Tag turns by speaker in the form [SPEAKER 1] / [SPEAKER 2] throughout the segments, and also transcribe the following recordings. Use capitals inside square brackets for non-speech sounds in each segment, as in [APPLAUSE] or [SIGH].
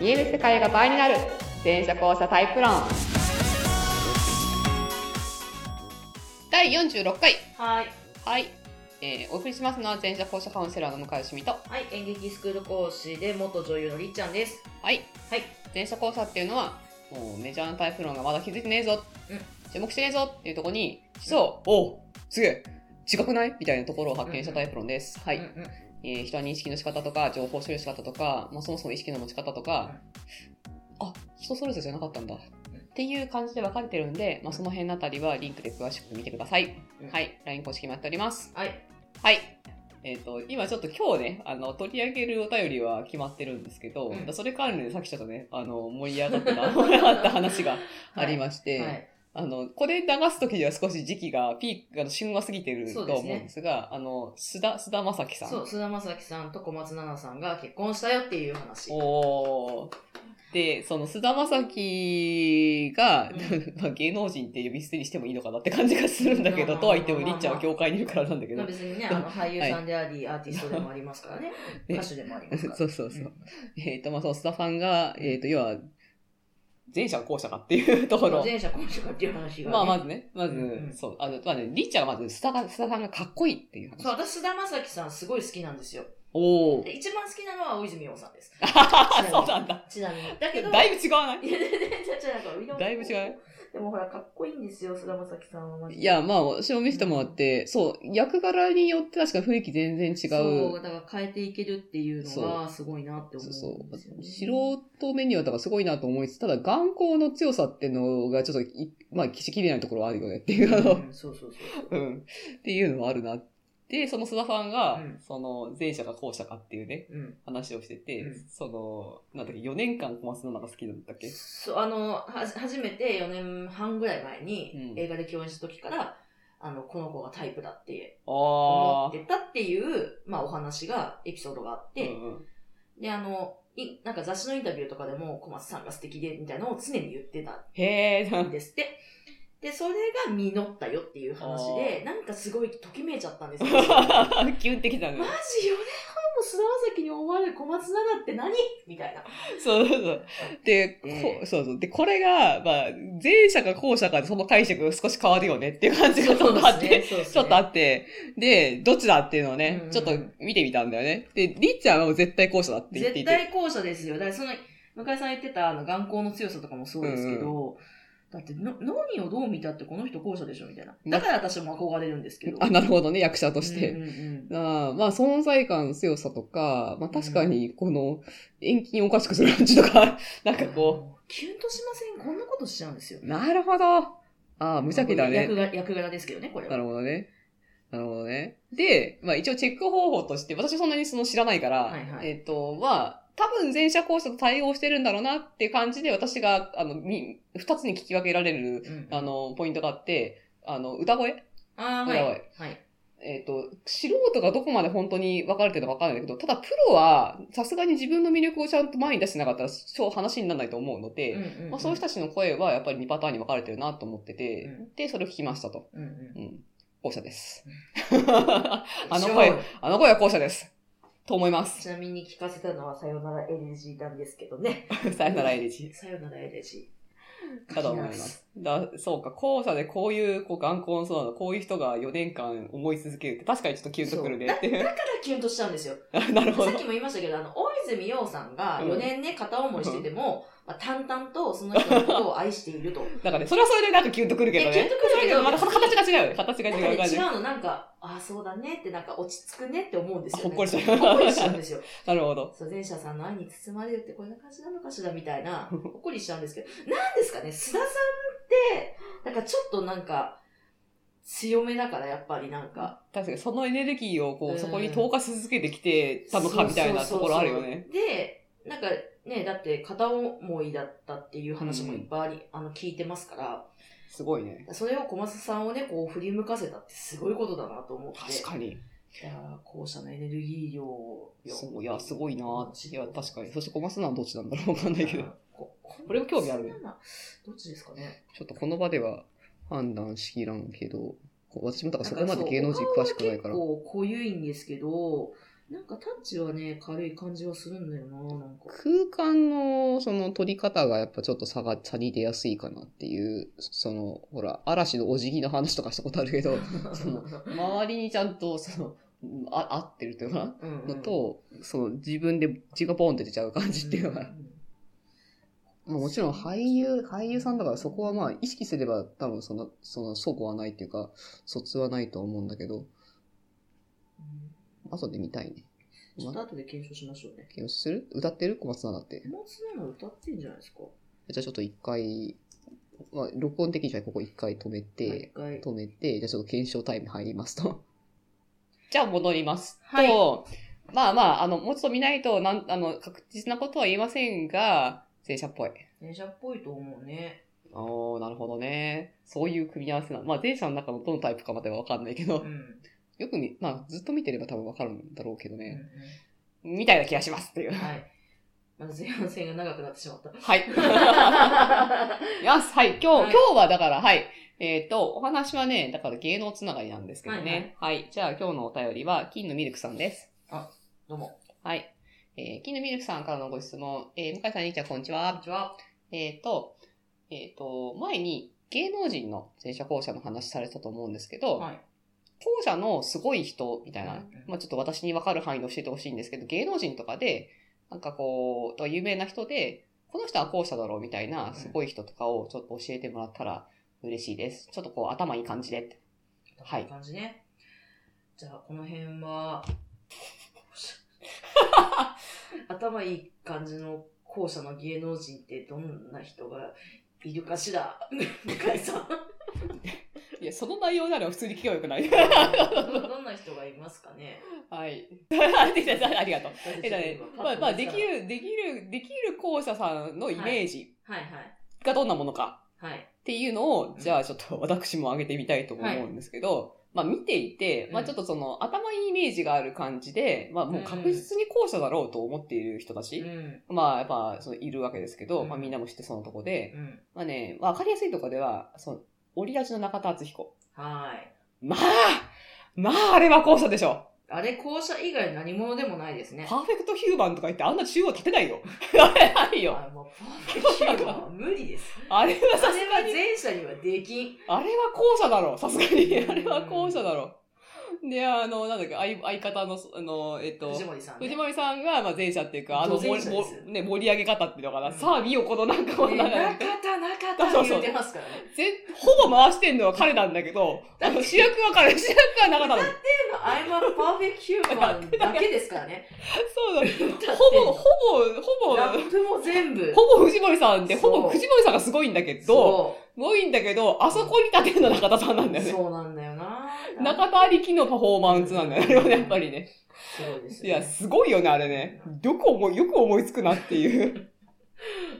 [SPEAKER 1] 見える世界が倍になる全車交差タイプ論第46回
[SPEAKER 2] はい。
[SPEAKER 1] はい、えー、お送りしますのは全車交差カウンセラーの向井しみと
[SPEAKER 2] はい。演劇スクール講師で元女優のりっちゃんです。
[SPEAKER 1] はい
[SPEAKER 2] はい。
[SPEAKER 1] 全車交差っていうのはもうメジャーなタイプ論がまだ気づいてねえぞ、
[SPEAKER 2] うん
[SPEAKER 1] 注目してねえぞっていうところにそう、おうすげえ違くないみたいなところを発見したタイプ論です、は、
[SPEAKER 2] はいうんうん、
[SPEAKER 1] えー人は認識の仕方とか、情報処理の仕方とか、まあ、そもそも意識の持ち方とか、あ、人それぞれじゃなかったんだ。っていう感じで分かれてるんで、まあ、その辺のあたりはリンクで詳しく見てください。
[SPEAKER 2] うん
[SPEAKER 1] はい。LINE 公式もやっております。
[SPEAKER 2] はい。
[SPEAKER 1] はい。えっ、と、今ちょっと今日ね、あの、取り上げるお便りは決まってるんですけど、
[SPEAKER 2] うん
[SPEAKER 1] それ関連でさっきちょっとね、あの、盛り上がってた、盛り上が
[SPEAKER 2] [LAUGHS]
[SPEAKER 1] った話がありまして、
[SPEAKER 2] はい。
[SPEAKER 1] あの、これ流すときには少し時期がピーク、あの、旬が過ぎてると思うんですが、あの、須田、須田正樹さん。
[SPEAKER 2] そう、菅田将暉さんと小松菜奈さんが結婚したよっていう話。
[SPEAKER 1] おーで、その、菅田将暉が、
[SPEAKER 2] う
[SPEAKER 1] [LAUGHS] まあ芸能人って呼び捨てにしてもいいのかなって感じがするんだけど、とは言っても、
[SPEAKER 2] まあ
[SPEAKER 1] り
[SPEAKER 2] まあ
[SPEAKER 1] っちゃんは業界にいるからなんだけ
[SPEAKER 2] ま
[SPEAKER 1] ど
[SPEAKER 2] あ、。別にね、あの俳優さんであり、アーティストでもありますからね。
[SPEAKER 1] ね
[SPEAKER 2] 歌手でもありますから。。。
[SPEAKER 1] [LAUGHS] そうそうそううんえっと、まあ、その菅田さんが、えっと、要は、前者後者かっていうところ。
[SPEAKER 2] 前者今者かっていう話が、ね。
[SPEAKER 1] まあ、まずね、まず
[SPEAKER 2] うんう、ん
[SPEAKER 1] そう、あの、まあね、りっちゃんはまず、菅田が、菅田さんがかっこいいっていう
[SPEAKER 2] そう、
[SPEAKER 1] 話。
[SPEAKER 2] 私、菅田将暉さんすごい好きなんですよ。
[SPEAKER 1] おー
[SPEAKER 2] で、一番好きなのは大泉洋さんです。
[SPEAKER 1] あ、 [LAUGHS] そうなんだ。
[SPEAKER 2] ちなみに。だけど、
[SPEAKER 1] だいぶ違わない
[SPEAKER 2] いや、全然、じゃあ、なんか、
[SPEAKER 1] だいぶ違う。
[SPEAKER 2] でもほら、かっこいいんですよ、菅田将暉さんはマジで。
[SPEAKER 1] いや、まあ、私も見せてもらって、そう、役柄によって確か雰囲気全然違。
[SPEAKER 2] そうう、だから変えていけるっていうのがすごいなって思
[SPEAKER 1] そううん
[SPEAKER 2] です
[SPEAKER 1] そ
[SPEAKER 2] よ、ね。
[SPEAKER 1] う。素人目にはだからすごいなと思いつつ、ただ眼光の強さってのがちょっとい、まあ、きしきれないところはあるよねっていう、あの、 [LAUGHS]
[SPEAKER 2] うんそうそう
[SPEAKER 1] うん、っていうのはあるな。で、その須田さんが、
[SPEAKER 2] うん
[SPEAKER 1] その、前者か後者かっていうね、
[SPEAKER 2] そう。うん。
[SPEAKER 1] 話をしてて、
[SPEAKER 2] うん
[SPEAKER 1] その、なんだっけ、4年間小松菜奈が好きなんだっけ
[SPEAKER 2] そう、あの、は、初めて4年半ぐらい前に
[SPEAKER 1] うん
[SPEAKER 2] 映画で共演した時から、あの、この子がタイプだって思
[SPEAKER 1] あ
[SPEAKER 2] ってたっていう、まあお話が、エピソードがあっ
[SPEAKER 1] ー。
[SPEAKER 2] て、
[SPEAKER 1] うんうん
[SPEAKER 2] で、あの、いなんか雑誌のインタビューとかでも小松さんが素敵で、みたいなのを常に言ってた
[SPEAKER 1] へ
[SPEAKER 2] ん
[SPEAKER 1] ー、
[SPEAKER 2] で
[SPEAKER 1] [LAUGHS]
[SPEAKER 2] すって。で、それが実ったよっていう話で、なんかすごいときめいちゃった
[SPEAKER 1] [LAUGHS]
[SPEAKER 2] んですよ。マジ [LAUGHS]
[SPEAKER 1] キュンってきた
[SPEAKER 2] 4
[SPEAKER 1] ね
[SPEAKER 2] 年半。も菅田将暉に思われる小松菜奈って何み
[SPEAKER 1] [LAUGHS]
[SPEAKER 2] たいな。
[SPEAKER 1] そうそうそう。で、
[SPEAKER 2] え
[SPEAKER 1] こそうそう。で、これが、まあ、前者か後者かでその解釈が少し変わるよねっていう感じがちょっとあって、ちょっとあって、で、どっちだっていうのをね、
[SPEAKER 2] うん
[SPEAKER 1] ちょっと見てみたんだよね。で、りっちゃんはもう絶対後者だって言ってい
[SPEAKER 2] 絶
[SPEAKER 1] て。
[SPEAKER 2] 対後者ですよ。だからその、向井さん言ってた、あの、眼光の強さとかもそうですけど、だっての、何をどう見たってこの人後者でしょみたいな。だから私も憧れるんですけど。
[SPEAKER 1] あ、なるほどね、役者とし
[SPEAKER 2] うん
[SPEAKER 1] て。
[SPEAKER 2] うんうん
[SPEAKER 1] あーまあ、存在感の強さとか、まあ確かに、この、遠近をおかしくする感じとか、 [LAUGHS] なんかこ
[SPEAKER 2] う。キュンとしませんこんなことしちゃうんですよ
[SPEAKER 1] う、。なるほど。ああ、無邪気だね
[SPEAKER 2] 役。が役柄ですけどね、これ
[SPEAKER 1] な
[SPEAKER 2] は。
[SPEAKER 1] るほどね。なるほどね。で、まあ一応チェック方法として、私そんなにその知らないから、
[SPEAKER 2] はいはい
[SPEAKER 1] えっ、と、まあ、多分前者後者と対応してるんだろうなっていう感じで、私が、あの、み、二つに聞き分けられる、
[SPEAKER 2] うん
[SPEAKER 1] あの、ポイントがあって、あの、歌声
[SPEAKER 2] あーはい。はい。
[SPEAKER 1] えっ、と、素人がどこまで本当に分かれてるのか分かんないけど、ただプロは、さすがに自分の魅力をちゃんと前に出してなかったら、そう話にならないと思うので、
[SPEAKER 2] んんん
[SPEAKER 1] まあ、そういう人たちの声はやっぱり2パターンに分かれてるなと思ってて、
[SPEAKER 2] う
[SPEAKER 1] で、それを聞きましたと。
[SPEAKER 2] うんうん
[SPEAKER 1] うん。後者です。 [LAUGHS] あ
[SPEAKER 2] あ
[SPEAKER 1] の
[SPEAKER 2] の
[SPEAKER 1] 声あの声は後者です。と思います。
[SPEAKER 2] [LAUGHS] ちなみに聞かせたのはさよならエレジーなんですけどね。
[SPEAKER 1] さよならエレジ
[SPEAKER 2] さよならエレジー。
[SPEAKER 1] ー。だと思います。だそうか、後者でこういう、こう、眼光のそうなの、こういう人が4年間思い続けるって、確かにちょっとキュンとくるねっていう。 [LAUGHS]
[SPEAKER 2] だからキュンとしちゃうんですよ。
[SPEAKER 1] あなるほ
[SPEAKER 2] さ
[SPEAKER 1] ど
[SPEAKER 2] っ。きも言いましたけど、あの、大泉洋さんが
[SPEAKER 1] うん
[SPEAKER 2] 4年ね、片思いしてても、まあ、淡々とその人のことを愛してい
[SPEAKER 1] [LAUGHS]
[SPEAKER 2] ると。
[SPEAKER 1] だからね、それはそれでなんかキュンとくるけど
[SPEAKER 2] いや
[SPEAKER 1] ね。
[SPEAKER 2] キュンとくるけど
[SPEAKER 1] それまた形が違うよ。形が
[SPEAKER 2] な
[SPEAKER 1] 違
[SPEAKER 2] ん
[SPEAKER 1] う
[SPEAKER 2] か
[SPEAKER 1] 感
[SPEAKER 2] ね、違
[SPEAKER 1] じ。
[SPEAKER 2] うの、なんか、ああ、そうだねって、なんか落ち着くねって思うんですよ、ね。
[SPEAKER 1] ほっこりしちゃ
[SPEAKER 2] ほ
[SPEAKER 1] う
[SPEAKER 2] っこりしちゃうんですよ。
[SPEAKER 1] なるほど。
[SPEAKER 2] そう、前者さんの愛に包まれるってこんな感じなのかしら、みたいな、ほっこりしちゃうんですけど、なんですかね、須田さんって、なんかちょっとなんか、強めだから、やっぱりなんか。
[SPEAKER 1] 確かにそのエネルギーをこ
[SPEAKER 2] う
[SPEAKER 1] う、
[SPEAKER 2] ん
[SPEAKER 1] そこに投下し続けてきてたのかみたいなところあるよね。
[SPEAKER 2] そうそうそうそう。で、なんかね、だって片思いだったっていう話もいっぱいあり、あの、聞いてますから、
[SPEAKER 1] すごいね。
[SPEAKER 2] それを小松さんをね、こう振り向かせたってすごいことだなと思って。
[SPEAKER 1] 確かに。
[SPEAKER 2] いやー後者のエネルギー量よ。
[SPEAKER 1] そう、いや、すごいなーいや、確かに。そしてて小松菜はどっちなんだろうわかんないけど。。
[SPEAKER 2] こ
[SPEAKER 1] これも興味あるね。
[SPEAKER 2] 小松菜奈どっちですかね。
[SPEAKER 1] ちょっとこの場では判断しきらんけど、こう私もだからそこまで芸能人詳しくないから。
[SPEAKER 2] なんかそうお顔は結構濃ゆいんですけど、なんかタッチはね、軽い感じはするんだよな、なんか。
[SPEAKER 1] 空間のその取り方がやっぱちょっと差が差に出やすいかなっていう、その、ほら、嵐のお辞儀の話とかしたことあるけ [LAUGHS] ど、そ
[SPEAKER 2] [LAUGHS]
[SPEAKER 1] の周りにちゃんと、その、あ合ってるというかな、
[SPEAKER 2] うん
[SPEAKER 1] のと、その自分で血がポンって出ちゃう感じっていうのが、まあもちろん俳優、俳優さんだからそこはまあ意識すれば多分その、その、そこはないっていうか、卒はないとは思うんだけど、
[SPEAKER 2] うん
[SPEAKER 1] 後で見たいね。
[SPEAKER 2] ちょっと後で検証しましょうね。
[SPEAKER 1] 検証する歌ってる小松菜だって。
[SPEAKER 2] 小松菜奈歌ってんじゃないですか。
[SPEAKER 1] じゃあちょっと一回、まあ、録音的にはここ一回止めて、
[SPEAKER 2] 毎回
[SPEAKER 1] 止めて、じゃあちょっと検証タイム入りますと。 [LAUGHS] じゃあ戻りますと、
[SPEAKER 2] はい
[SPEAKER 1] まあまあ、あの、もうちょっと見ないと、なん、あの、確実なことは言えませんが、前者っぽい。
[SPEAKER 2] 電車っぽいと思うね。
[SPEAKER 1] おー、なるほどね。そういう組み合わせなの。まあ前者の中のどのタイプかまではわかんないけ
[SPEAKER 2] う
[SPEAKER 1] ど、 [LAUGHS]
[SPEAKER 2] ん。
[SPEAKER 1] よく見、まあずっと見てれば多分わかるんだろうけど
[SPEAKER 2] うん
[SPEAKER 1] ね。
[SPEAKER 2] う
[SPEAKER 1] みたいな気がしますってい
[SPEAKER 2] ん
[SPEAKER 1] う。
[SPEAKER 2] はい。まだ前半戦が長くなってし
[SPEAKER 1] [LAUGHS]
[SPEAKER 2] まった。
[SPEAKER 1] はい。
[SPEAKER 2] はい
[SPEAKER 1] ます。はい。今日、
[SPEAKER 2] は
[SPEAKER 1] 今
[SPEAKER 2] い
[SPEAKER 1] 日はだから、はい。えっ、と、お話はね、だから芸能つながりなんですけどね。はい、じゃあ今日のお便りは、金のミルクさんです。
[SPEAKER 2] い、どうも。
[SPEAKER 1] はい。えー、金のミルクさんからのご質問。えー、向井さん、ゆいちゃん、こんにち
[SPEAKER 2] こん
[SPEAKER 1] は。
[SPEAKER 2] にちは。
[SPEAKER 1] えっ、と、えっ、と、前に芸能人の前者後者の話されたと思うんですけど、
[SPEAKER 2] はい。
[SPEAKER 1] 後者のすごい人みたいな、
[SPEAKER 2] うんうん
[SPEAKER 1] まあちょっと私にわかる範囲で教えてほしいんですけど、芸能人とかで、なんかこう、とか有名な人で、この人は後者だろうみたいなすごい人とかをちょっと教えてもらったら嬉しいです。ちょっとこう頭いい感じでって。はい
[SPEAKER 2] こんな感じね。じゃあ、この辺
[SPEAKER 1] [LAUGHS]
[SPEAKER 2] は、頭いい感じの後者の芸能人ってどんな人がいるか
[SPEAKER 1] [LAUGHS]
[SPEAKER 2] しら向井さん。
[SPEAKER 1] いや、その内容なら普通に聞けばよく [LAUGHS] ない
[SPEAKER 2] どどんな人がいますかね
[SPEAKER 1] [LAUGHS] はい。ありがとう。えっと [LAUGHS] ね、まあまあでき。
[SPEAKER 2] だってちょっと今パッと見たら
[SPEAKER 1] る、できる、できる後者さんのイメージ
[SPEAKER 2] はい
[SPEAKER 1] がどんなものか。
[SPEAKER 2] はい。はい。
[SPEAKER 1] っていうのを
[SPEAKER 2] う、ん
[SPEAKER 1] じゃあちょっと私も上げてみたいと思うんですけど、まあ見ていて、
[SPEAKER 2] うん
[SPEAKER 1] まあちょっとその頭いいイメージがある感じで、まあもう確実に後者だろうと思っている人たち、
[SPEAKER 2] うん。
[SPEAKER 1] まあやっぱそのいるわけですけど、
[SPEAKER 2] うん
[SPEAKER 1] まあみんなも知ってそうなとこで、
[SPEAKER 2] うん。
[SPEAKER 1] まあね、わかりやすいとこでは、その、折り立ちの中田敦彦。
[SPEAKER 2] はい。
[SPEAKER 1] まあまああれは後者でしょ
[SPEAKER 2] あれ、後者以外何者でもないですね。
[SPEAKER 1] パーフェクトヒューマンとか言ってあんな中央立て
[SPEAKER 2] [LAUGHS]
[SPEAKER 1] ないよ。あれないよ。
[SPEAKER 2] あもうパーフェクトヒューマンは無理です。
[SPEAKER 1] [LAUGHS] あれは
[SPEAKER 2] あ
[SPEAKER 1] さす
[SPEAKER 2] れ
[SPEAKER 1] が
[SPEAKER 2] は
[SPEAKER 1] に
[SPEAKER 2] 前者にはできん。
[SPEAKER 1] あれは後者だろう、さすがに。
[SPEAKER 2] うん
[SPEAKER 1] あれは後者だろう。で、あの、なんだっけ、相相方の、あの、えっと、
[SPEAKER 2] 藤森さん、ね。
[SPEAKER 1] 藤森さんが、まあ、前者っていうか、あの、
[SPEAKER 2] ど前
[SPEAKER 1] も
[SPEAKER 2] 者
[SPEAKER 1] も
[SPEAKER 2] です
[SPEAKER 1] ね、盛り上げ方っていうのかな、
[SPEAKER 2] うん
[SPEAKER 1] さあ見よ、このなんか、この
[SPEAKER 2] ね
[SPEAKER 1] なんか
[SPEAKER 2] なかった、なかったって言ってますからね。
[SPEAKER 1] 全ほぼ回してんのは彼なんだけど、あの主役は彼、主役は中
[SPEAKER 2] [LAUGHS]
[SPEAKER 1] 田なの。
[SPEAKER 2] アイマンパーフェクトヒューマンだけですからね。
[SPEAKER 1] そうなの。 [LAUGHS] ほぼ、ほぼ、ほぼ、
[SPEAKER 2] ラップも全部。
[SPEAKER 1] ほぼ藤森さんで、ほ
[SPEAKER 2] そ
[SPEAKER 1] ぼ
[SPEAKER 2] う
[SPEAKER 1] 藤森さんがすごいんだけど、
[SPEAKER 2] そ
[SPEAKER 1] すごいんだけど、あそこに立てるのは中田さんなんだ
[SPEAKER 2] う。
[SPEAKER 1] よね。
[SPEAKER 2] そうなんだよな。
[SPEAKER 1] 中田ありきのパフォーマンスなんだよね、やっぱりね。
[SPEAKER 2] すごいです
[SPEAKER 1] い
[SPEAKER 2] よ、
[SPEAKER 1] や、
[SPEAKER 2] ね。
[SPEAKER 1] すごいよね、あれね。よく思い、よく思いつくなって
[SPEAKER 2] [LAUGHS]
[SPEAKER 1] いう。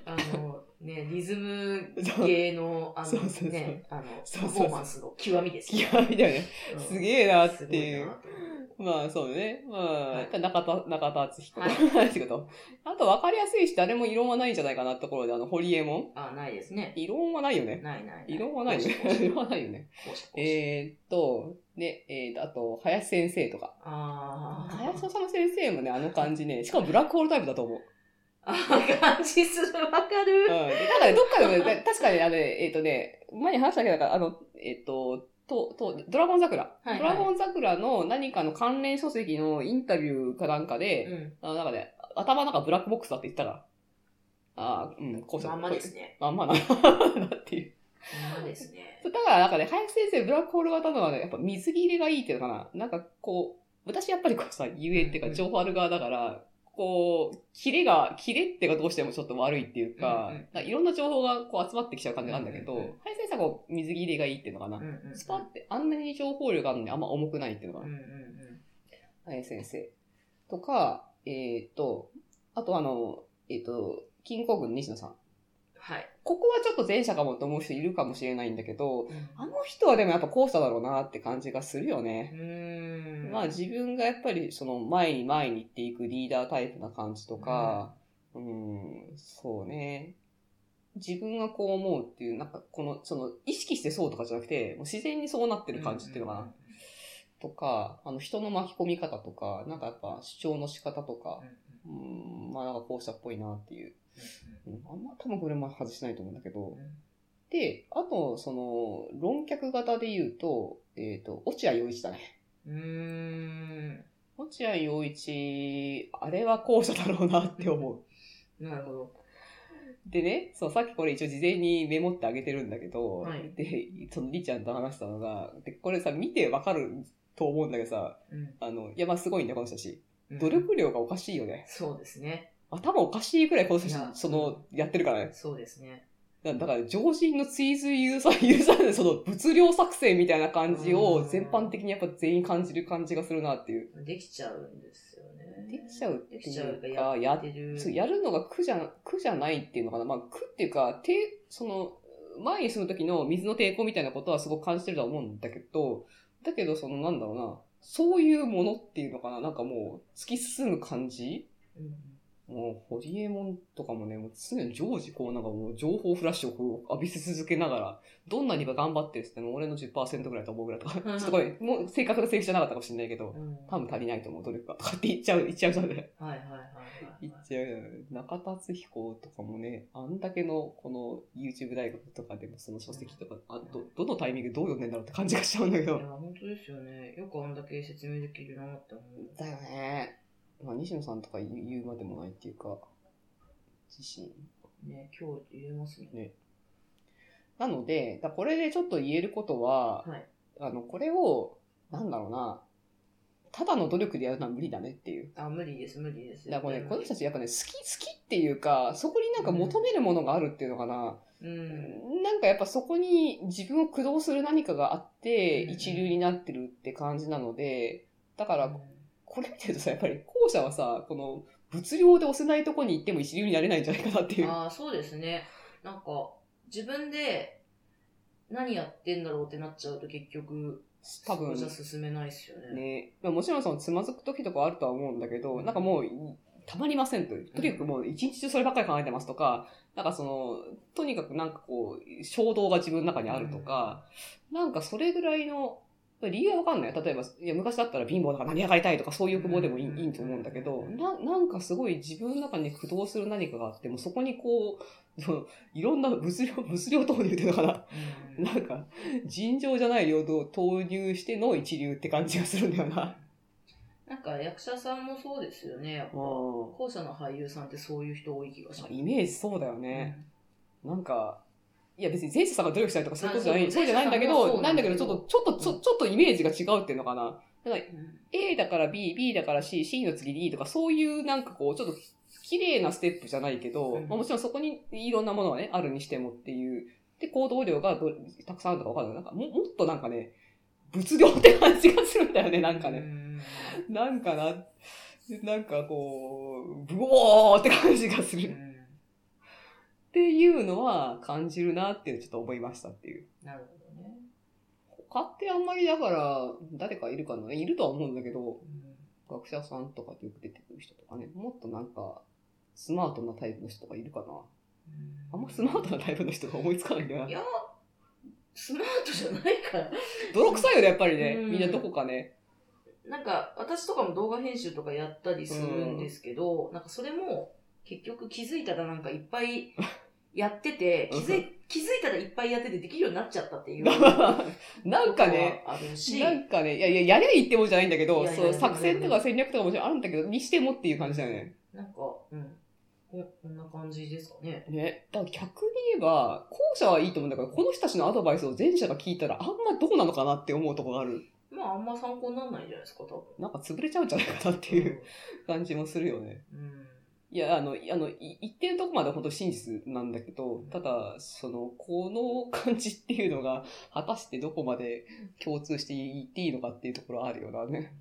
[SPEAKER 2] あの、ね、リズム
[SPEAKER 1] そう
[SPEAKER 2] 芸の、
[SPEAKER 1] [LAUGHS]
[SPEAKER 2] あ
[SPEAKER 1] そう
[SPEAKER 2] の
[SPEAKER 1] そうそう、
[SPEAKER 2] ね、あの、
[SPEAKER 1] そう
[SPEAKER 2] パ
[SPEAKER 1] そう
[SPEAKER 2] フォーマンスの極みです
[SPEAKER 1] い
[SPEAKER 2] よ
[SPEAKER 1] や、みたいなね。
[SPEAKER 2] うん
[SPEAKER 1] すげえなって
[SPEAKER 2] すごい
[SPEAKER 1] いう
[SPEAKER 2] な。と思
[SPEAKER 1] まあ、そうね。ま
[SPEAKER 2] は
[SPEAKER 1] あ、
[SPEAKER 2] い
[SPEAKER 1] やっぱ中田、中田敦彦
[SPEAKER 2] はい
[SPEAKER 1] の仕事。あと、分かりやすいし、誰も異論はないんじゃないかなってところで、あの、ホリエモン。
[SPEAKER 2] うあ、ないですね。
[SPEAKER 1] 異論はないよね。
[SPEAKER 2] ないない。
[SPEAKER 1] 異論はないよね。 [LAUGHS] 異論はないよね。
[SPEAKER 2] こうしこうし
[SPEAKER 1] えーっと、ね、えーっと、あと、林先生とか。
[SPEAKER 2] あー
[SPEAKER 1] 林修先生もね、あの感じね。しかもブラックホールタイプだと思う。
[SPEAKER 2] あー、感じする、わかる。
[SPEAKER 1] うんなんかね、どっかでもね、確かにあのね、えっ、とね、前に話したけど、あの、えっ、と、と、と、ドラゴン桜。
[SPEAKER 2] いはい
[SPEAKER 1] ドラゴン桜の何かの関連書籍のインタビューかなんかで、
[SPEAKER 2] う
[SPEAKER 1] あ
[SPEAKER 2] ん。
[SPEAKER 1] のなんかね、頭の中ブラックボックスだって言ったら、ああ、うん、こうした。
[SPEAKER 2] まんまですね。
[SPEAKER 1] まんまな、 [LAUGHS] なっていう。
[SPEAKER 2] まんまですね。
[SPEAKER 1] だからなんかね、林先生、ブラックホール型のはね、やっぱ水切れがいいっていうのかな。なんかこう、私やっぱりこうさ、ゆえっていう
[SPEAKER 2] うん
[SPEAKER 1] か、情報ある側だから、こう、キレが、キレっていうかどうしてもちょっと悪いっていうか、
[SPEAKER 2] うんう
[SPEAKER 1] な
[SPEAKER 2] ん
[SPEAKER 1] んかいろんな情報がこう集まってきちゃう感じなんだけど、
[SPEAKER 2] うんうんうん
[SPEAKER 1] 林先生はこう、水切れがいいっていうのかな。
[SPEAKER 2] うんうん
[SPEAKER 1] スパってあんなに情報量があるのにあんま重くないっていうの
[SPEAKER 2] う
[SPEAKER 1] が
[SPEAKER 2] んう、んうん。
[SPEAKER 1] 林先生。とか、えっ、と、あとあの、えっ、と、金光軍の西野さん。
[SPEAKER 2] はい。
[SPEAKER 1] ここはちょっと前者かもと思う人いるかもしれないんだけど、あ
[SPEAKER 2] う
[SPEAKER 1] の人はでもやっぱ後者だろうなって感じがするよね。
[SPEAKER 2] ーん。
[SPEAKER 1] まあ自分がやっぱりその前に前に行っていくリーダータイプな感じとか、うん、そうね。自分がこう思うっていう、なんかこの、その意識してそうとかじゃなくて、もう自然にそうなってる感じっていうのかな。とか、あの、人の巻き込み方とか、なんかやっぱ主張の仕方とか
[SPEAKER 2] う
[SPEAKER 1] う
[SPEAKER 2] ん、
[SPEAKER 1] ーん、まあなんか校舎っぽいなっていう。う
[SPEAKER 2] う
[SPEAKER 1] んあんま多分これも外してないと思うんだけど
[SPEAKER 2] んう。ん
[SPEAKER 1] で、あと、その、論客型で言うと、えっ、と、落合陽一だね。
[SPEAKER 2] うんうん
[SPEAKER 1] 落合陽一、あれは後者だろうなって思う。
[SPEAKER 2] うーんなるほど。
[SPEAKER 1] でね、そう、さっきこれ一応事前にメモってあげてるんだけど、
[SPEAKER 2] はい
[SPEAKER 1] で、そのりちゃんと話したのが、で、これさ、見てわかると思うんだけどさ、
[SPEAKER 2] うん
[SPEAKER 1] あの、いや、まあすごいんだよ、この人たち。
[SPEAKER 2] うん
[SPEAKER 1] 努力量がおかしいよね。
[SPEAKER 2] そうですね。
[SPEAKER 1] 頭おかしいくらいこの人
[SPEAKER 2] いや
[SPEAKER 1] たち、その、やってるからね。
[SPEAKER 2] そうですね。
[SPEAKER 1] だだから、常人の追随ユーザー、ユーザーでその物量作成みたいな感じを
[SPEAKER 2] うん
[SPEAKER 1] 全般的にやっぱ全員感じる感じがするなっていう。
[SPEAKER 2] できちゃうんですよね。
[SPEAKER 1] できちゃうって
[SPEAKER 2] できちゃうって
[SPEAKER 1] い
[SPEAKER 2] いう
[SPEAKER 1] う
[SPEAKER 2] か
[SPEAKER 1] か、や
[SPEAKER 2] やってる。
[SPEAKER 1] そうやるのが苦じゃ、苦じゃないっていうのかな。まあ、苦っていうか、て、その、前に進む時の水の抵抗みたいなことはすごく感じてるとは思うんだけど、だけど、その、なんだろうな、そういうものっていうのかな。なんかもう、突き進む感じ
[SPEAKER 2] うん
[SPEAKER 1] もう、ホリエモンとかもね、もう常に常時こう、なんかもう、情報フラッシュをこう浴びせ続けながら、どんなに頑張ってるっつっても、俺の10%ぐらいと思うぐらいとか、ちょっとこれ、もう、正確な正義じゃなかったかもしれないけど
[SPEAKER 2] う、ん
[SPEAKER 1] 多分足りないと思う、努力が。とかって言っちゃう、言っちゃうじゃない。
[SPEAKER 2] はいはいはいはい
[SPEAKER 1] 言
[SPEAKER 2] はい
[SPEAKER 1] っ。ちゃうよね中田敦彦とかもね、あんだけのこの YouTube 大学とかでもその書籍とか、あどどのタイミングでどう読んでんだろうって感じがしちゃうんだけ
[SPEAKER 2] い
[SPEAKER 1] ど
[SPEAKER 2] や、。本当ですよね。よくあんだけ説明できるなって思う。
[SPEAKER 1] だよね。まあ、西野さんとか言う言うまでもないっていうか、自身。
[SPEAKER 2] ね、今日言えますね。
[SPEAKER 1] なので、だこれでちょっと言えることは、
[SPEAKER 2] はい
[SPEAKER 1] あの、これを、なんだろうな、ただの努力でやるのは無理だねっていう。
[SPEAKER 2] あ、無理です、無理です。
[SPEAKER 1] だからこれ、
[SPEAKER 2] うん
[SPEAKER 1] この人たちやっぱね、好き、好きっていうか、そこになんか求めるものがあるっていうのかな。
[SPEAKER 2] うん。
[SPEAKER 1] なんかやっぱそこに自分を駆動する何かがあって、
[SPEAKER 2] うん
[SPEAKER 1] 一流になってるって感じなので、だから
[SPEAKER 2] うん、
[SPEAKER 1] これ見てるとさ、やっぱり後者はさ、この物量で押せないとこに行っても一流になれないんじゃないかなっていう。
[SPEAKER 2] ああ、そうですね。なんか、自分で何やってんだろうってなっちゃうと結局、
[SPEAKER 1] 多
[SPEAKER 2] そこ
[SPEAKER 1] 分
[SPEAKER 2] じゃ進めないですよね。
[SPEAKER 1] ね。まあもちろんそのつまずく時とかはあるとは思うんだけど、なんかもう、たまりませんという。とにかくもう一日中そればっかり考えてますとか、なんかその、とにかくなんかこう、衝動が自分の中にあるとか、なんかそれぐらいの、理由はわかんない。例えば、いや、昔だったら貧乏だから成り上がりたいとか、そういう欲望でもいい,、
[SPEAKER 2] うん
[SPEAKER 1] いいと思うんだけど、な、なんかすごい自分の中に駆動する何かがあって、もうそこにこう、 [LAUGHS] そのいろんな物量、物量投入っていうのかな。
[SPEAKER 2] うん
[SPEAKER 1] なんか、尋常じゃない領土を投入しての一流って感じがするんだよな。
[SPEAKER 2] なんか役者さんもそうですよね。やっ
[SPEAKER 1] う
[SPEAKER 2] ぱ後者の俳優さんってそういう人多い気がします。
[SPEAKER 1] ん。イメージそうだよね。なんか、いや別に前者さんが努力したりとかそういうことじゃな
[SPEAKER 2] あ
[SPEAKER 1] い、
[SPEAKER 2] そ
[SPEAKER 1] そううじゃないんだけ
[SPEAKER 2] 前者さんもそ
[SPEAKER 1] ど、な
[SPEAKER 2] うなんん
[SPEAKER 1] だ
[SPEAKER 2] だ
[SPEAKER 1] け
[SPEAKER 2] け
[SPEAKER 1] ど、
[SPEAKER 2] ど
[SPEAKER 1] ちょっと、ちょっと、ちょちょっとイメージが違うっていうのかな。なんか
[SPEAKER 2] うん。うん
[SPEAKER 1] A だから B、B だから C、C の次 D とか、そういうなんかこう、ちょっと綺麗なステップじゃないけど、
[SPEAKER 2] うん
[SPEAKER 1] まあ、もちろんそこにいろんなものがね、あるにしてもっていう。で、行動量がどたくさんあるとかわかんない。なんかも、もっとなんかね、物量って感じがするんだよね、なんかね。
[SPEAKER 2] うん
[SPEAKER 1] なんかな、なんかこう、ブオーって感じがす [LAUGHS]
[SPEAKER 2] う
[SPEAKER 1] る。っ
[SPEAKER 2] ん
[SPEAKER 1] ていうのは感じるなってちょっと思いましたっていう。
[SPEAKER 2] なるほどね。
[SPEAKER 1] 他ってあんまりだから、誰かいるかなえいるとは思うんだけど、
[SPEAKER 2] うん
[SPEAKER 1] 学者さんとかでよく出てくる人とかね、もっとなんか、スマートなタイプの人がいるかなあんまスマートなタイプの人が思いつかないんだよ
[SPEAKER 2] い
[SPEAKER 1] な。
[SPEAKER 2] や、スマートじゃないから。
[SPEAKER 1] 泥臭いよね、やっぱりね。
[SPEAKER 2] うん
[SPEAKER 1] みんなどこかね。
[SPEAKER 2] なんか、私とかも動画編集とかやったりするんですけど、なんかそれも、結局気づいたらなんかいっぱ
[SPEAKER 1] [LAUGHS]
[SPEAKER 2] いやってて、
[SPEAKER 1] う
[SPEAKER 2] 気
[SPEAKER 1] ん
[SPEAKER 2] づい、気づいたらいっぱいやっててできるようになっちゃったっ
[SPEAKER 1] [LAUGHS]
[SPEAKER 2] ていう。
[SPEAKER 1] なんかね、
[SPEAKER 2] ことはあるし、
[SPEAKER 1] なんかね、いやいや、やりゃいいってもんじゃないんだけど、
[SPEAKER 2] いやいや
[SPEAKER 1] そう、
[SPEAKER 2] いや
[SPEAKER 1] 作戦とか戦略とかもちろんあるんだけど、にしてもっていう感じだよね。
[SPEAKER 2] なんか、うん。ここんな感じですかね。
[SPEAKER 1] ね。だから逆に言えば、後者はいいと思うんだけど、この人たちのアドバイスを前者が聞いたら、あんまどうなのかなって思うとこがある。
[SPEAKER 2] まあ、あんま参考にならないんじゃないですか、多
[SPEAKER 1] なんか潰れちゃうんじゃないかなって
[SPEAKER 2] 分。
[SPEAKER 1] いう感じもするよね。
[SPEAKER 2] うん。
[SPEAKER 1] いや、あの、いあの、い一定のとこまで本当真実なんだけど、ただ、その、この感じっていうのが、果たしてどこまで共通していっていいのかっていうところはあるよなね。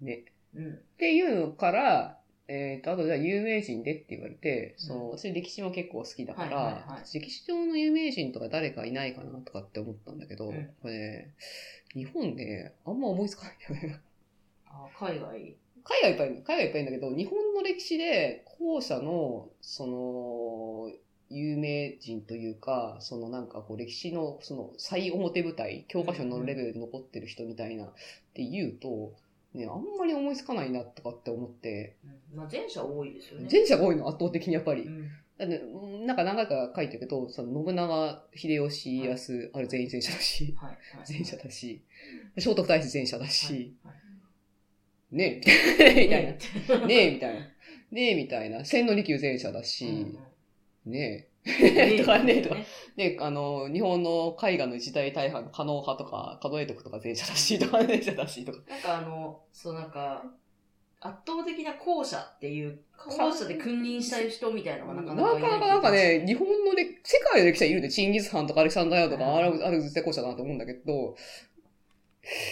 [SPEAKER 1] ね。
[SPEAKER 2] うん。
[SPEAKER 1] っていうのから、えっ、と、あとじゃあ有名人でって言われて、その、私歴史も結構好きだから、
[SPEAKER 2] はいはいはい
[SPEAKER 1] 歴史上の有名人とか誰かいないかなとかって思ったんだけど、
[SPEAKER 2] うん
[SPEAKER 1] これね、日本であんま思いつかないんだよね。 [LAUGHS]
[SPEAKER 2] あ海外。
[SPEAKER 1] 海外いっぱいいる、海外いっぱいいるんだけど、日本の歴史で後者の、その、有名人というか、そのなんかこう歴史のその最表舞台、教科書のレベルで残ってる人みたいなって言うと、ね、あんまり思いつかないなとかって思って、
[SPEAKER 2] うんまあ、前者多いですよね。
[SPEAKER 1] 前者が多いの圧倒的にやっぱり
[SPEAKER 2] う。ん
[SPEAKER 1] だってうんなんか何回か書いてるけど、その信長、秀吉、家康、あれ全員前者だし、
[SPEAKER 2] はいはい、
[SPEAKER 1] 前
[SPEAKER 2] [LAUGHS]
[SPEAKER 1] 者だし、聖徳太子前者だ
[SPEAKER 2] はい
[SPEAKER 1] し、
[SPEAKER 2] はい
[SPEAKER 1] ねえ、みたいな。
[SPEAKER 2] ね
[SPEAKER 1] ねえ、みたいな。ねえ、みたいな。千利休前者だし、ねえ。とかね、とか。で、あの、日本の絵画の一大大半、可能派とか、可能絵徳とか前者だし、とか前者だし、とか。
[SPEAKER 2] なんかあの、そうなんか、圧倒的な後者っていう、後者で君臨したい人みたいなの
[SPEAKER 1] な
[SPEAKER 2] がなか
[SPEAKER 1] かな
[SPEAKER 2] なか
[SPEAKER 1] か
[SPEAKER 2] いい
[SPEAKER 1] なんかね、日本の歴、世界の歴史はいるんで、チンギス・ハンとかアレクサンダーヤとか、あれ、あれ絶対こう者だなと思うんだけど、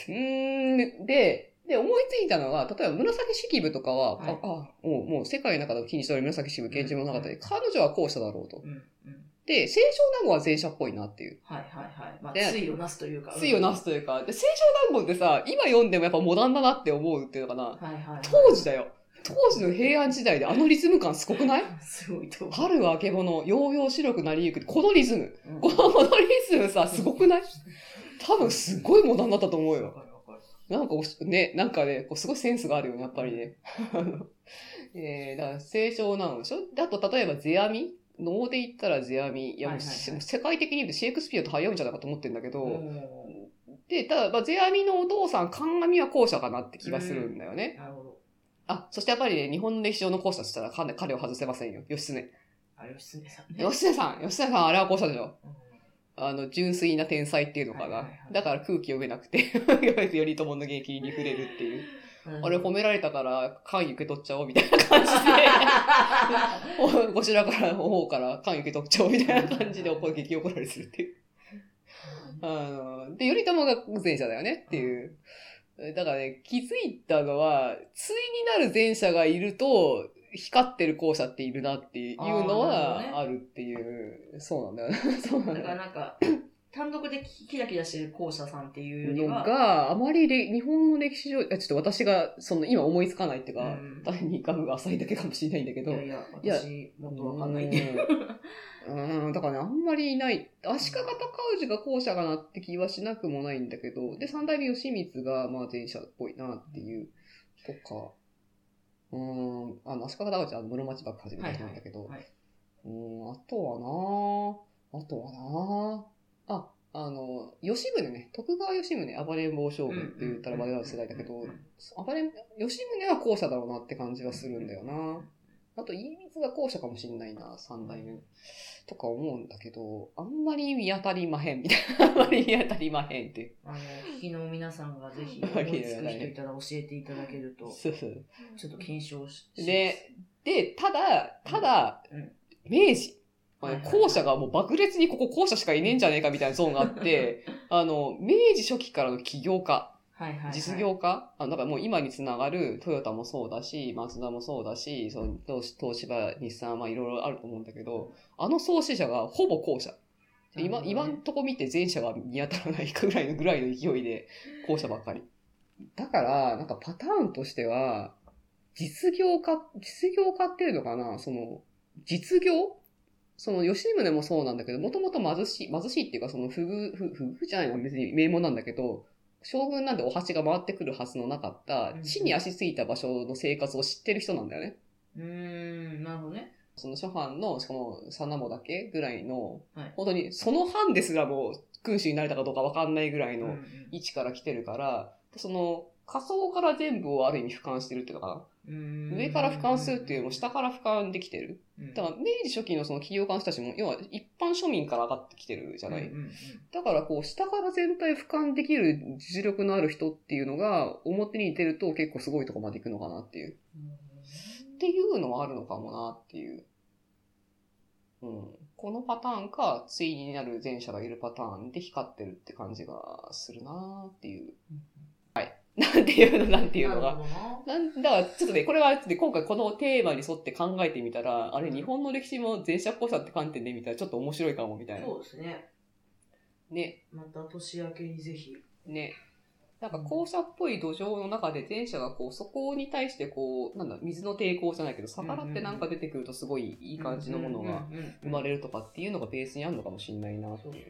[SPEAKER 1] うーん、で、で、思いついたのが、例えば紫式部とかは、
[SPEAKER 2] はい
[SPEAKER 1] ああもう、もう世界の中で気にしておる紫式部、源氏物語、
[SPEAKER 2] うん
[SPEAKER 1] 彼女は後者だろうと。
[SPEAKER 2] うんうん。
[SPEAKER 1] で、清少納言は前者っぽいなっていう。
[SPEAKER 2] はいはいはい。まあ、
[SPEAKER 1] で
[SPEAKER 2] 水をなすというか。
[SPEAKER 1] 水をなすというか、で、清少納言ってさ、今読んでもやっぱモダンだなって思うっていうのかな。
[SPEAKER 2] はいはいはい。
[SPEAKER 1] 当時だよ。当時の平安時代であのリズム感すごくない
[SPEAKER 2] すごいと思う。
[SPEAKER 1] 春はあけぼの、ようよう白くなりゆく。このリズム。
[SPEAKER 2] うん
[SPEAKER 1] このこのリズムさ、すご
[SPEAKER 2] [LAUGHS]
[SPEAKER 1] くない多分すごいモダンだったと思う
[SPEAKER 2] わ
[SPEAKER 1] よ。
[SPEAKER 2] かるわかる
[SPEAKER 1] なんかおし、ね、なんかね、こうすごいセンスがあるよね、やっぱりね。 [LAUGHS] あのえー、だから、清少なのでしょあと、例えば、世阿弥能で言ったら世阿弥。いや、もう
[SPEAKER 2] はいはいはい
[SPEAKER 1] もう世界的に言うとシェイクスピアと早いんじゃないかと思ってるんだけど、
[SPEAKER 2] お
[SPEAKER 1] で、ただ、まあ、世阿弥のお父さん、神阿弥は後者かなって気がするんだよね。
[SPEAKER 2] ーなるほど。
[SPEAKER 1] あ、そしてやっぱりね、日本の歴史上の後者としたら彼彼を外せませんよ。義経。
[SPEAKER 2] あ、吉ねさんね。
[SPEAKER 1] 義経さん、義経さん、あれは後者でしょ。
[SPEAKER 2] うん
[SPEAKER 1] あの、純粋な天才っていうのか
[SPEAKER 2] はいはい
[SPEAKER 1] な
[SPEAKER 2] はい。
[SPEAKER 1] だから空気読めなくて、頼朝の元気に触れるっていう。あれ
[SPEAKER 2] うん
[SPEAKER 1] 褒められたから、缶受け取っちゃおうみたいな感じでお、
[SPEAKER 2] [LAUGHS]
[SPEAKER 1] こちらから、方から缶受け取っちゃおうみたいな感じで怒激怒られするっていう。あの、で、頼朝が前者だよねっていう。だからね、気づいたのは、対になる前者がいると、光ってる後者っているなっていうの
[SPEAKER 2] あーなるほどね
[SPEAKER 1] はあるっていう、そうなんだよ [LAUGHS] ね。そうなんだ
[SPEAKER 2] [LAUGHS] だ
[SPEAKER 1] よ
[SPEAKER 2] か
[SPEAKER 1] ね
[SPEAKER 2] ら。なんか、単独でキラキラしてる校舎さんっていうより
[SPEAKER 1] の
[SPEAKER 2] は、
[SPEAKER 1] が、あまりれ日本の歴史上、あちょっと私が、その今思いつかないっていう
[SPEAKER 2] う
[SPEAKER 1] か、
[SPEAKER 2] ん
[SPEAKER 1] 単にガムが浅いだけかもしれないんだけ
[SPEAKER 2] い
[SPEAKER 1] ど。
[SPEAKER 2] やいや、
[SPEAKER 1] いや
[SPEAKER 2] 私、もっとわかんないね。
[SPEAKER 1] うん。うんだからね、あんまりいない。足利尊氏が後者かなって気はしなくもないんだけど、で、三代目義満が、まあ、前者っぽいなっていう、とか、うん、あの、足利尊氏はあの室町幕府始めた人なんだけど、
[SPEAKER 2] はいはい
[SPEAKER 1] うん、あとはなあとはなああの、吉宗ね、徳川吉宗、暴れん坊将軍って言ったら我々の世代だけど、暴れん、吉宗は後者だろうなって感じはするんだよな。あと、家光が後者かもしんないな、三代目。とか思うんだけど、あんまり見当たりまへん、みたいな。あんまり見当たりまへんって。
[SPEAKER 2] あの、聞きの皆さんがぜひ、思いつく人いたら教えていただけると、
[SPEAKER 1] そうそう。
[SPEAKER 2] ちょっと検証し、
[SPEAKER 1] で、 [LAUGHS] で、ただ、ただ、
[SPEAKER 2] うん
[SPEAKER 1] 明治。まあ
[SPEAKER 2] はい
[SPEAKER 1] ね
[SPEAKER 2] はいはい
[SPEAKER 1] 後者がもう爆裂にここ後者しかいねえんじゃねえかみたいなゾーンがあって、
[SPEAKER 2] [LAUGHS]
[SPEAKER 1] あの、明治初期からの起業家、
[SPEAKER 2] はいはいはい、
[SPEAKER 1] 実業家、あのだからもう今につながるトヨタもそうだし、マツダもそうだし、その東東芝、日産、まあいろいろあると思うんだけど、あの創始者がほぼ後者。で今、今んとこ見て前者が見当たらないぐらいのぐらいの勢いで、後者ばっかり。だから、なんかパターンとしては、実業家、実業家っていうのかな、その、実業その、吉宗もそうなんだけど、もともと貧しい、貧しいっていうか、その、不遇、不不遇じゃないの別に名門なんだけど、将軍なんでお箸が回ってくるはずのなかった
[SPEAKER 2] う、ん
[SPEAKER 1] 地に足ついた場所の生活を知ってる人なんだよね。
[SPEAKER 2] うーん、なるほどね。
[SPEAKER 1] その初版の、しかも、サナモだけぐらいの、
[SPEAKER 2] はい
[SPEAKER 1] 本当に、その版ですらも、君主になれたかどうかわかんないぐらい
[SPEAKER 2] うんう
[SPEAKER 1] の
[SPEAKER 2] ん
[SPEAKER 1] 位置から来てるから、その、仮想から全部をある意味俯瞰してるっていうのか
[SPEAKER 2] うー
[SPEAKER 1] な。
[SPEAKER 2] ん
[SPEAKER 1] 上から俯瞰するっていうよりも、下から俯瞰できてる。
[SPEAKER 2] うん
[SPEAKER 1] だから、明治初期のその企業家の人たちも、要は一般庶民から上がってきてるじゃない。
[SPEAKER 2] うんうんうん
[SPEAKER 1] だからこう、下から全体俯瞰できる実力のある人っていうのが、表に出ると結構すごいとこまで行くのかなっていう。っていうのはあるのかもなっていう。うん。このパターンか、ついになる前者がいるパターンで光ってるって感じがするなっていう。なんていうの、なんていうの
[SPEAKER 2] なる
[SPEAKER 1] が。
[SPEAKER 2] ほど
[SPEAKER 1] な
[SPEAKER 2] な
[SPEAKER 1] んだから、ちょっとね、これは、ね、今回このテーマに沿って考えてみたら、あれ、日本の歴史も前者後者って観点で見たらちょっと面白いかも、みたいな。
[SPEAKER 2] そうですね。
[SPEAKER 1] ね、
[SPEAKER 2] また年明けにぜひ。
[SPEAKER 1] ね。なんか校舎っぽい土壌の中で前者がこう、そこに対してこう、なんだ、水の抵抗じゃないけど、逆らってなんか出てくるとすごいいい感じのものが生ま
[SPEAKER 2] れ
[SPEAKER 1] れるとかっていうのがベースにあるのかもしれないなって
[SPEAKER 2] そうだ
[SPEAKER 1] い
[SPEAKER 2] よ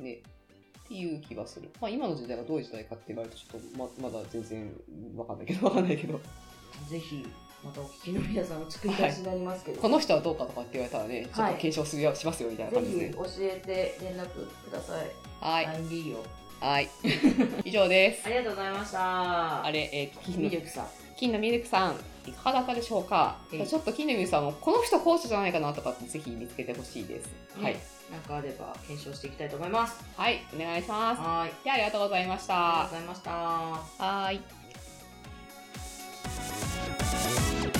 [SPEAKER 1] う。
[SPEAKER 2] ね。
[SPEAKER 1] ね。っていう気がする。まあ今の時代がどういう時代かって言われるとちょっとま、まだ全然わかんないけど、わかんないけど。
[SPEAKER 2] ぜひ、またお聞きの皆さん、作り出しになりますけど、
[SPEAKER 1] この人はどうかとかって言われたらね、ちょっと検証するよ、しますよみたいな
[SPEAKER 2] ぜ
[SPEAKER 1] 感じで
[SPEAKER 2] ひ
[SPEAKER 1] すね。
[SPEAKER 2] 教えて連絡ください。
[SPEAKER 1] はい。
[SPEAKER 2] LINE 利用。
[SPEAKER 1] はい。 [LAUGHS] 以上です
[SPEAKER 2] あ。りがとうございました。
[SPEAKER 1] あれ、えっ、と、金
[SPEAKER 2] ミ
[SPEAKER 1] の
[SPEAKER 2] ルクさん。
[SPEAKER 1] 金のミルクさん、いかがだったでしょうか、
[SPEAKER 2] ええ
[SPEAKER 1] ちょっと金のミルクさんも、この人後者じゃないかなとかってぜひ見つけてほしいです。はい
[SPEAKER 2] ね。。なんかあれば検証していきたいと思います。
[SPEAKER 1] はい、お願いします。
[SPEAKER 2] はい。
[SPEAKER 1] では、ありがとうございました。
[SPEAKER 2] ありがとうございました。
[SPEAKER 1] はーい。